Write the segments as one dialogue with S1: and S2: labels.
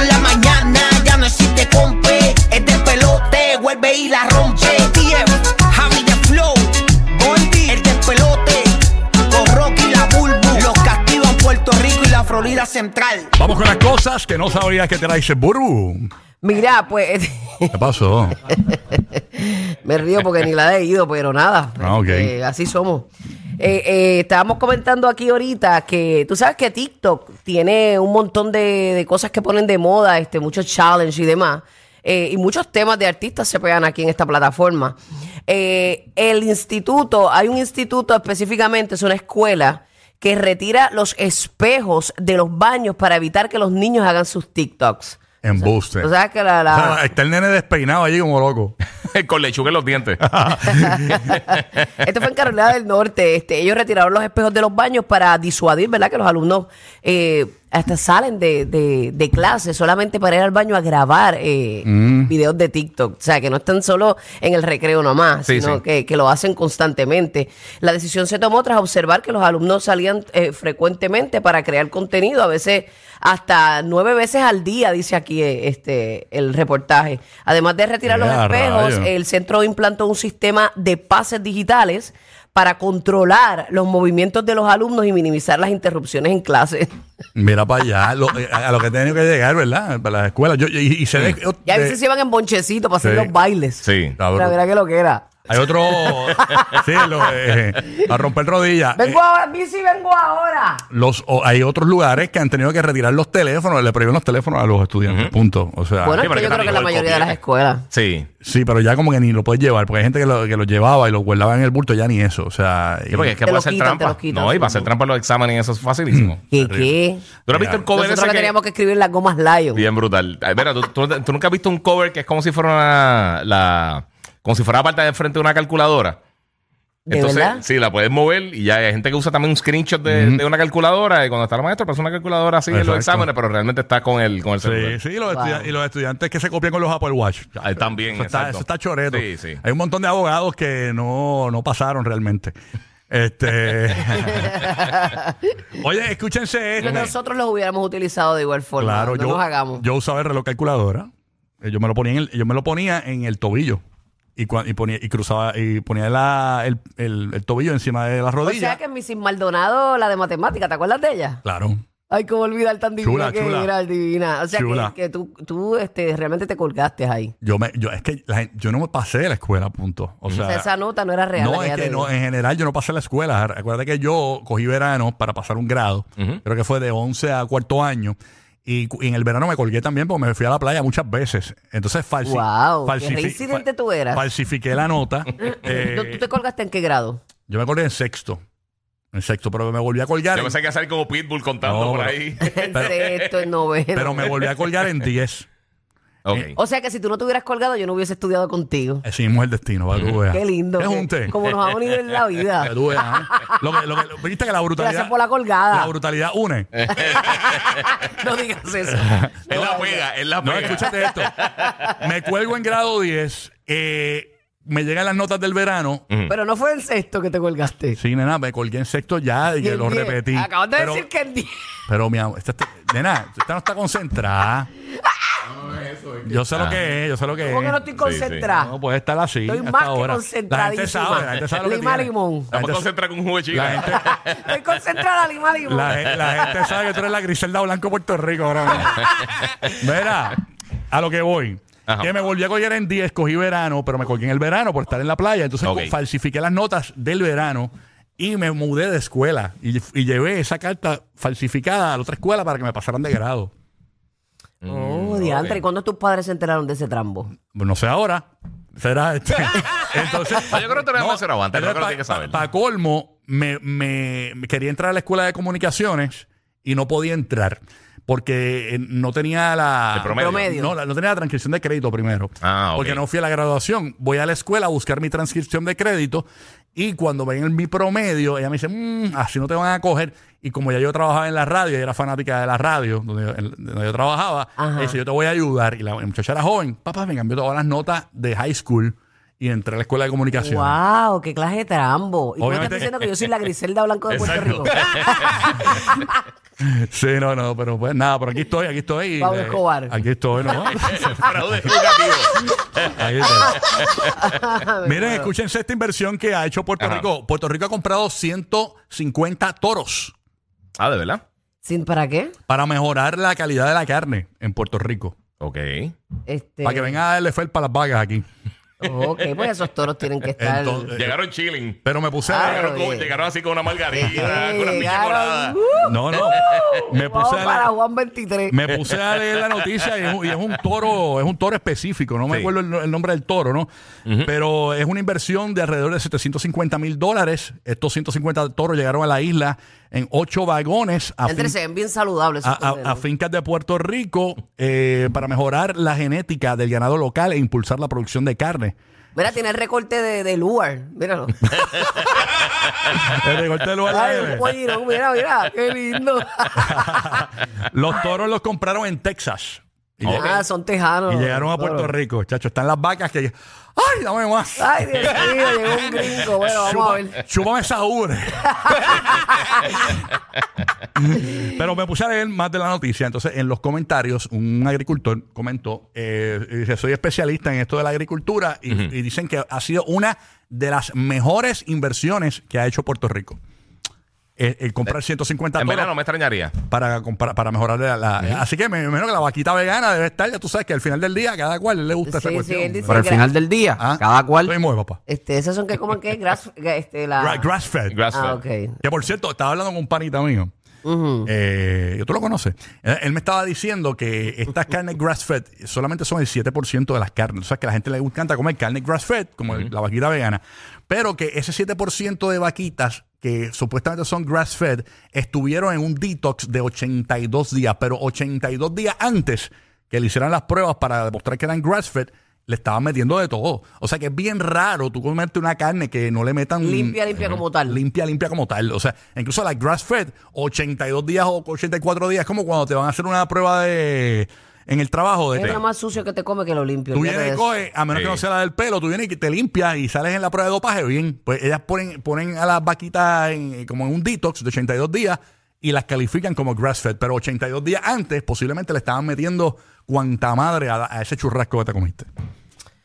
S1: en la mañana. Ya no existe compe, es de pelote, vuelve y la rompe. TF, Javi de Flow, Bondi, el de pelote, con Rocky y la Bulbu. Los castigan Puerto Rico y la Florida Central.
S2: Vamos con las cosas que no sabías que te la hice Burbu.
S3: Mira, pues
S2: ¿Qué pasó?
S3: me río porque ni la he ido, pero nada.
S2: Ah, ok.
S3: Eh, así somos. Eh, eh, estábamos comentando aquí ahorita que tú sabes que TikTok tiene un montón de, de cosas que ponen de moda, este, muchos challenges y demás. Eh, y muchos temas de artistas se pegan aquí en esta plataforma. Eh, el instituto, hay un instituto específicamente, es una escuela que retira los espejos de los baños para evitar que los niños hagan sus TikToks.
S2: Embuste.
S3: Tú sabes que la- la-
S2: O sea, Ah, está el nene despeinado allí como loco.
S4: con lechuga en los dientes.
S3: Esto fue en Carolina del Norte. Este, ellos retiraron los espejos de los baños para disuadir, ¿verdad? Que los alumnos eh, hasta salen de, de, de clase solamente para ir al baño a grabar eh,
S4: Mm.
S3: videos de TikTok. O sea, que no están solo en el recreo nomás,
S4: Sí,
S3: sino
S4: sí.
S3: Que, que lo hacen constantemente. La decisión se tomó tras observar que los alumnos salían eh, frecuentemente para crear contenido, a veces hasta nueve veces al día, dice aquí eh, este el reportaje. Además de retirar los
S2: ¡Ea,
S3: espejos, eh,
S2: rayos!
S3: el el centro implantó un sistema de pases digitales para controlar los movimientos de los alumnos y minimizar las interrupciones en clase.
S2: Mira para allá, lo- eh, a lo que he tenido que llegar, ¿verdad? Para la escuela. Yo, y, y se ve-
S3: Y a veces se iban en bonchecito para hacer
S2: Sí.
S3: los bailes.
S4: Sí.
S2: Cabrón.
S3: La verdad que lo que era.
S2: Hay otro. sí, lo, eh, a romper rodillas. Eh, Ah,
S3: Vengo ahora, bici, vengo ahora.
S2: los, o- hay otros lugares que han tenido que retirar los teléfonos, le prohíben los teléfonos a los estudiantes. Punto. O sea,
S3: Bueno, es
S4: pero
S3: que
S4: que
S3: yo creo
S4: también
S3: que la
S4: igual
S3: mayoría de
S4: conviene.
S3: las escuelas.
S4: Sí.
S2: sí, pero ya como que ni lo puedes llevar, porque hay gente que lo, que lo llevaba y lo guardaba en el bulto, ya ni eso. O sea, y-
S4: Sí, porque es que
S3: Te
S4: va
S3: lo
S4: a ser
S3: quitan, te
S4: trampa.
S3: lo quitan,
S4: no, y
S3: sí.
S4: va a ser trampa en los exámenes y eso es facilísimo.
S3: ¿Qué qué?
S4: ¿Tú no has visto el cover
S3: Nosotros
S4: ese
S3: que
S4: que...
S3: teníamos que escribir las gomas Lion.
S4: Bien brutal. Ay, Mira, ¿tú, tú- tú nunca has visto un cover que es como si fuera una... La... Como si fuera parte de frente de una calculadora.
S3: ¿De verdad?
S4: sí, la puedes mover y ya hay gente que usa también un screenshot de, de una calculadora y cuando está la maestra pasa una calculadora así en
S2: Exacto.
S4: los exámenes, pero realmente está con el, con el celular.
S2: Sí, sí, los
S3: Wow.
S2: estudia- y los estudiantes que se copian con los Apple Watch.
S4: Ah, también,
S2: Eso está,
S4: exacto.
S2: eso está choreto.
S4: Sí, sí.
S2: Hay un montón de abogados que no, no pasaron realmente. Este. Oye, escúchense
S3: Que
S2: esto.
S3: Nosotros los hubiéramos utilizado de igual forma.
S2: Claro,
S3: no
S2: yo,
S3: nos hagamos.
S2: yo usaba el reloj calculadora. Eh, Yo me lo ponía en el, yo me lo ponía en el tobillo. Y, cua- y ponía, y cruzaba, y ponía la- el, el- el tobillo encima de la
S3: o
S2: rodilla.
S3: sea que Mrs. Maldonado, la de matemática, ¿te acuerdas de ella?
S2: Claro.
S3: Ay, cómo olvidar tan divina
S2: Chula,
S3: que
S2: chula.
S3: era divina. O sea,
S2: Chula.
S3: que, que tú, tú este, realmente te colgaste ahí.
S2: Yo me, yo, es que la gen- yo no me pasé de la escuela, punto. O
S3: Mm. O
S2: sea,
S3: sea, esa nota no era real.
S2: Ah.
S3: la
S2: No, es
S3: ella
S2: que
S3: te
S2: no,
S3: dio.
S2: en general yo no pasé la escuela. Acuérdate que yo cogí verano para pasar un grado. Creo que fue de 11 a cuarto año. Y, cu- y en el verano me colgué también porque me fui a la playa muchas veces. Entonces falsi
S3: Guau, qué
S2: falsifi-
S3: reincidente tú eras.
S2: Falsifiqué la nota. Eh,
S3: ¿Tú, tú te colgaste en qué grado?
S2: yo me colgué en sexto. En sexto, pero me volví a colgar.
S4: Yo
S2: en-
S4: pensé que hacer como Pitbull contando
S2: No,
S4: por
S2: pero-
S4: ahí.
S3: En sexto, en noveno.
S2: pero me volví a colgar en 10.
S4: Ok.
S3: O sea que si tú no te hubieras colgado, yo no hubiese estudiado contigo.
S2: Así mismo es el destino, para que tú veas.
S3: Qué lindo.
S2: Es
S3: que-
S2: un té.
S3: Como nos ha unido en la
S2: Para que
S3: vida.
S2: tú veas, ¿eh? Lo que- lo que- lo- Viste que la brutalidad.
S3: Gracias por la colgada.
S2: La brutalidad une.
S3: no digas eso.
S4: Es la pega, es la
S2: No,
S4: pega.
S2: escúchate esto. Me cuelgo en grado 10. eh, me llegan las notas del verano.
S3: Pero no fue en sexto que te colgaste.
S2: Sí, nena, me colgué en sexto ya y, que
S3: en
S2: lo
S3: diez.
S2: repetí.
S3: Acabas de
S2: pero,
S3: decir que en diez.
S2: Pero, mi amor, esta, esta- nena, esta no está concentrada. Yo sé lo que es, yo sé lo que
S3: ¿Cómo que
S2: es.
S3: no estoy
S4: sí.
S3: concentrada?
S2: Ah. No puede estar así.
S3: Estoy
S2: hasta
S3: más que
S2: ahora. La gente
S3: concentradísima.
S2: sabe, la gente sabe lo que
S3: Lima
S2: tiene.
S3: limón.
S2: La
S4: Estamos
S2: gente,
S4: concentrados con un jugo de
S2: la
S4: chica.
S2: gente-
S3: Estoy concentrada, Lima Limón.
S2: la ge- la gente sabe que tú eres la Griselda Blanco de Puerto Rico ahora mismo. Mira, a lo que voy.
S4: Ajá.
S2: Que me volví a colgar en 10, cogí verano, pero me colgué en el verano por estar en la playa. Entonces
S4: Ok.
S2: co- falsifiqué las notas del verano y me mudé de escuela. Y, y llevé esa carta falsificada a la otra escuela para que me pasaran de grado.
S3: Oh, diantre. ¿Y cuándo tus padres se enteraron de ese trambo?
S2: Pues No sé ahora. Será este. Entonces.
S4: Ah, yo creo que te lo vamos a hacer aguante, yo creo que lo tienes que saber.
S2: Para colmo, me, me- me quería entrar a la escuela de comunicaciones y no podía entrar. porque eh, no tenía la
S4: El promedio.
S3: Promedio.
S2: No, la- no tenía la transcripción de crédito primero.
S4: Ah, ok.
S2: Porque no fui a la graduación. Voy a la escuela a buscar mi transcripción de crédito y cuando ven el- mi promedio, ella me dice, "Mm, así no te van a coger. Y como ya yo trabajaba en la radio, ella era fanática de la radio, donde yo, en- donde yo trabajaba,
S3: Ajá.
S2: ella dice, yo te voy a ayudar. Y la muchacha era joven, papá, me cambió todas las notas de high school y entré a la escuela de comunicación.
S3: Wow, qué clase de trambo. Y tú me estás
S2: Obviamente- eh,
S3: diciendo que yo soy la Griselda Blanco de Puerto Rico.
S2: Exacto. Sí, no, no, pero pues nada, pero aquí estoy, aquí estoy.
S3: Pablo
S2: Eh,
S3: Escobar.
S2: Aquí estoy, ¿no?
S4: Fraude educativo.
S2: Ahí está. Miren, escúchense esta inversión que ha hecho Puerto
S4: Ajá.
S2: Rico. Puerto Rico ha comprado 150 toros
S4: Ah, ¿de verdad?
S3: ¿Sin para qué?
S2: para mejorar la calidad de la carne en Puerto Rico.
S4: Ok.
S3: Este,
S2: Para que venga a darle fel para las vagas aquí.
S3: Ok, pues esos toros tienen que estar.
S2: Entonces-
S4: Llegaron chilling.
S2: Pero me puse...
S3: Ah,
S4: Llegaron, con-
S3: bien.
S4: llegaron así con una
S3: Sí,
S4: margarita, con una piña
S3: llegaron. Uh,
S4: colada.
S2: No, no. Me
S3: Vamos
S2: puse, a
S3: para
S2: la-
S3: Juan 23.
S2: me puse a leer la noticia y es, un, y es un toro, es un toro específico, no me
S4: Sí.
S2: acuerdo el, el nombre del toro, ¿no? Pero es una inversión de alrededor de 750 mil dólares. Estos 150 toros llegaron a la isla en ocho vagones a
S3: Entre
S2: fin-
S3: se ven bien saludables. esos
S2: a, a- a
S3: corderos.
S2: fincas de Puerto Rico eh, para mejorar la genética del ganado local e impulsar la producción de carne.
S3: Mira, tiene el recorte de, de Luar. Míralo.
S2: El recorte del Eh, este lugar
S3: Ay, pues,
S2: aire.
S3: un pollino, mira, mira, qué lindo.
S2: los toros los compraron en Texas y, lleg-
S3: Ah, son tejanos.
S2: y llegaron a Puerto
S3: Claro.
S2: Rico. Chacho, están las vacas que... ¡Ay, dame más!
S3: Ay, Dios mío, llegó un gringo. Bueno, vamos a ver.
S2: Chupa- Chúpame esa ubre. Pero me puse a leer más de la noticia. Entonces, en los comentarios, un agricultor comentó: eh, dice, Soy especialista en esto de la agricultura y, y dicen que ha sido una de las mejores inversiones que ha hecho Puerto Rico. El, el comprar 150
S4: En verdad
S2: dólares
S4: no me extrañaría.
S2: para, comprar- para mejorar la. la- Así que me imagino que la vaquita vegana debe estar, ya tú sabes que al final del día, cada cual le gusta esa
S3: Sí, sí,
S2: cuestión.
S3: él dice-
S5: Pero al
S3: gra-
S5: final del día,
S2: Ah,
S5: cada cual.
S2: Estoy muy, papá.
S3: Este, esas son que coman qué? Gras, este, la...
S2: Gra- Grass fed.
S4: Grass
S3: Ah,
S4: fed.
S3: ok.
S2: Que por cierto, estaba hablando con un panita mío. Eh, tú lo conoces. Eh, Él me estaba diciendo que estas carnes grass-fed solamente son el 7% de las carnes. O sea, que a la gente le encanta comer carne grass-fed, como el- la vaquita vegana. Pero que ese 7% de vaquitas que supuestamente son grass-fed estuvieron en un detox de 82 días. Pero 82 días antes que le hicieran las pruebas para demostrar que eran grass-fed, le estaban metiendo de todo. O sea, que es bien raro tú comerte una carne que no le metan...
S3: Limpia, limpia como tal.
S2: Limpia, limpia como tal. O sea, incluso la grass fed, 82 días o 84 días, es como cuando te van a hacer una prueba de en el trabajo. De
S3: Es lo más sucio que te come que lo limpio.
S2: Tú
S3: olvídate
S2: vienes y
S3: de eso.
S2: coges, a menos
S4: Sí.
S2: que no sea la del pelo, tú vienes y te limpias y sales en la prueba de dopaje bien. Pues ellas ponen, ponen a las vaquitas en- como en un detox de 82 días y las califican como grass fed. Pero 82 días antes, posiblemente le estaban metiendo cuanta madre a, la- a ese churrasco que te comiste.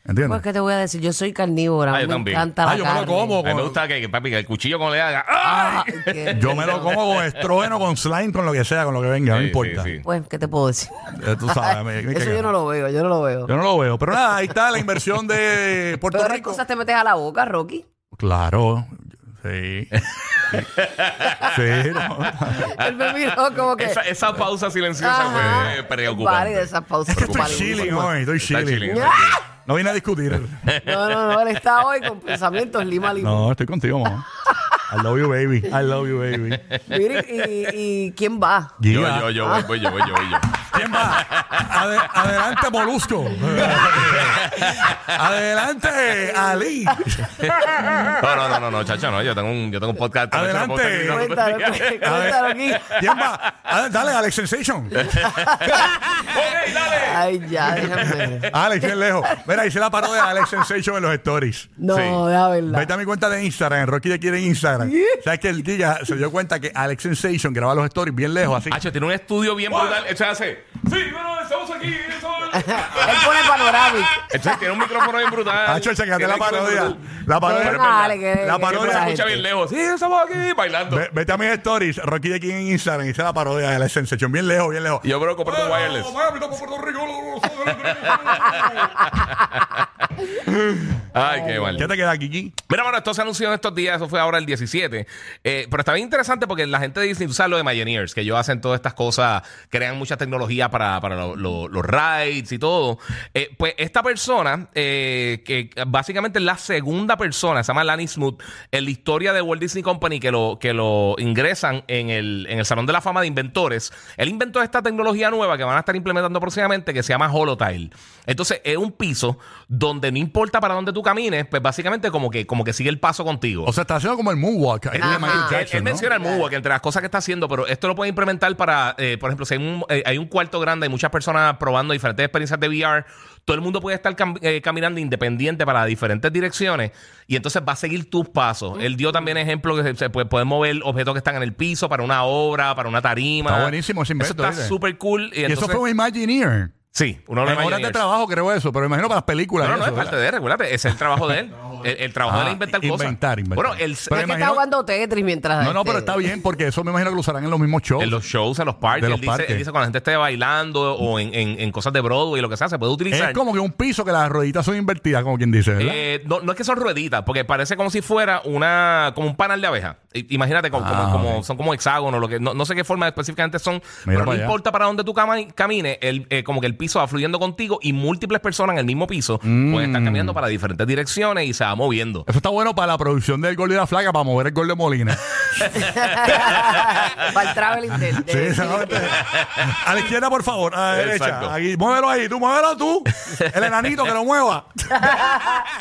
S2: ¿Entiendes?
S3: Pues, ¿qué te voy a decir? Yo soy carnívora.
S4: Ah, yo
S3: me
S4: también.
S3: encanta la
S2: Ah, yo me lo
S3: carne.
S2: como.
S4: A mí me
S2: con-
S4: gusta que, que, papi, que el cuchillo como le haga. ¡Ah!
S3: Ay, qué
S2: Yo me lo
S3: rico.
S2: como con estrógeno, con slime, con lo que sea, con lo que venga, no
S4: Sí,
S2: importa.
S4: sí, sí.
S3: Pues, ¿qué te puedo decir?
S2: Eh, tú sabes, me- me
S3: Eso
S2: caga.
S3: yo no lo veo, yo no lo veo.
S2: Yo no lo veo. Pero nada, ahí está la inversión de Puerto
S3: Peores
S2: Rico.
S3: cosas te metes a la boca, Rocky.
S2: Claro, sí. sí, no.
S3: Él me miró como que...
S4: Esa, esa pausa silenciosa
S3: Ajá.
S4: fue eh, preocupante.
S3: Vale, de esas pausas.
S2: Es que estoy
S3: Vale,
S2: chilling
S3: vale.
S2: hoy, estoy
S4: Está
S2: chilling.
S4: chilling. ¿eh?
S2: No vine a discutir.
S3: No, no, no, él está hoy con pensamientos lima lima.
S2: No, estoy contigo, mamá. I love you, baby. I love you, baby.
S3: Mire, y, y quién va?
S4: Yo,
S2: Giga.
S4: yo, yo, voy, voy, yo, voy, yo, voy, yo.
S2: ¿Quién va? Ade- adelante, Molusco. adelante, Ali.
S4: No, no, no, no, no, chacho, no. Yo tengo un, yo tengo un podcast.
S2: Adelante.
S3: Cuéntalo, cu- cuéntalo aquí.
S2: ¿Quién va? Ad- Dale, Alex Sensation.
S4: ¡Ey, dale!
S3: Ay, ya, déjame.
S2: Alex, bien lejos. Mira, hice la parodia de Alex Sensation en los stories.
S3: No,
S4: Sí.
S3: la verdad.
S2: Vete a mi cuenta de Instagram, Rocky de quiere en Instagram. ¿Sabes que el Giga se dio cuenta que Alex Sensation graba los stories bien lejos, así?
S4: Hacho, tiene un estudio bien brutal. Eso hace. Sí, bueno, estamos aquí. eso-
S3: Él pone panorámico.
S4: Entonces tiene un micrófono bien brutal.
S2: Hacho, checate
S4: Tiene
S2: Ah, la
S4: un micrófono
S2: parodia. La
S3: Pero
S4: brutal. Pero
S2: parodia.
S4: es verdad.
S3: dale, que-
S2: La
S3: que
S2: parodia
S4: Se
S3: la
S4: escucha
S3: gente.
S4: bien lejos. Sí, estamos aquí bailando.
S2: Ve- Vete a mis stories, Rocky de quiere en Instagram, hice la parodia de Alex Sensation bien lejos, bien lejos.
S4: Y
S2: Ah,
S4: yo, bro, compré un wireless. Ay, qué mal.
S2: ¿Qué te queda, Kiki?
S4: Mira, bueno, esto se anunció en estos días, eso fue ahora el 17. Eh, pero está bien interesante porque la gente de Disney, tú sabes lo de Mayoneers, que ellos hacen todas estas cosas, crean mucha tecnología para, para lo- lo- los rides y todo. Eh, pues esta persona, eh, que básicamente es la segunda persona, se llama Lani Smooth, en la historia de Walt Disney Company que lo, que lo ingresan en el, en el Salón de la Fama de Inventores. Él inventó esta tecnología nueva que van a estar implementando próximamente que se llama Holotile. Entonces, es un piso donde no importa para dónde tú camines, pues básicamente como que, como que sigue el paso contigo.
S2: O sea, está haciendo como el moonwalk. ahí de
S3: Ajá.
S2: Michael
S4: Él,
S2: Jackson,
S4: él
S2: ¿no?
S4: menciona el moonwalk entre las cosas que está haciendo, pero esto lo puede implementar para, eh, por ejemplo, si hay un, eh, hay un cuarto grande, hay muchas personas probando diferentes experiencias de VR, todo el mundo puede estar cam- eh, caminando independiente para diferentes direcciones y entonces va a seguir tus pasos. Él dio también ejemplo que se, se puede, pueden mover objetos que están en el piso para una obra, para una tarima.
S2: Está buenísimo ese invento,
S4: Eso está
S2: ¿viste?
S4: súper cool. Y,
S2: Y
S4: entonces-
S2: eso fue un Imagineer.
S4: Sí, uno
S2: En
S4: lo
S2: horas de
S4: Imagineers.
S2: trabajo creo eso, pero me imagino para las películas.
S4: No, no,
S2: y
S4: no, es
S2: eso,
S4: parte
S2: ¿verdad?
S4: de él, recuérdate, es el trabajo de él. El, el trabajo de él es inventar
S2: Ah,
S4: cosas.
S2: inventar, inventar.
S4: Bueno, él,
S2: Pero
S3: es que
S2: imagino-
S3: está jugando Tetris mientras.
S2: No, no, pero
S3: este,
S2: está bien porque eso me imagino que lo usarán en los mismos shows.
S4: En los shows, en los parques.
S2: De
S4: Él,
S2: los
S4: dice, él
S2: parques. Mm.
S4: dice cuando la gente esté bailando o en, en- en cosas de Broadway, lo que sea, se puede utilizar.
S2: es como que un piso que las rueditas son invertidas, como quien dice, ¿verdad?
S4: Eh, no, no es que son rueditas, porque parece como si fuera una como un panel de abeja. I- Imagínate, como,
S2: Ah,
S4: como, como-
S2: ok.
S4: son como hexágonos, lo que, no, no sé qué forma específicamente son, pero
S2: para
S4: no
S2: allá.
S4: importa para dónde tú cama- camines, el, eh, como que el piso va fluyendo contigo y múltiples personas en el mismo piso
S2: Mm.
S4: pueden estar caminando para diferentes direcciones y se va moviendo.
S2: Eso está bueno para la producción del gol de la flaca, para mover el gol de Molina.
S3: para el traveling del.
S2: sí,
S3: del-
S2: exactamente. A la izquierda, por favor, a la
S4: Exacto.
S2: derecha. Aquí, muévelo ahí, tú, muévelo tú. El enanito que lo mueva.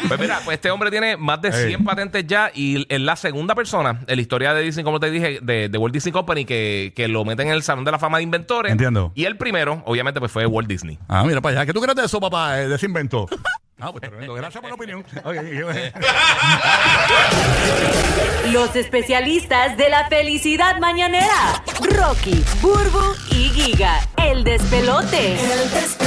S4: Pues mira, pues este hombre tiene más de 100
S2: Ey.
S4: patentes ya y es la segunda persona en la historia de Disney, como te dije, de, de Walt Disney Company que, que lo meten en el Salón de la Fama de Inventores.
S2: Entiendo.
S4: Y el primero, obviamente, pues fue Walt Disney.
S2: Ah, mira para allá. ¿Qué tú crees de eso, papá? Eh, de ese invento. Ah, pues tremendo. Gracias por la opinión. Ok.
S5: Los especialistas de la felicidad mañanera. Rocky, Burbu y Giga. El despelote.
S6: El despelote.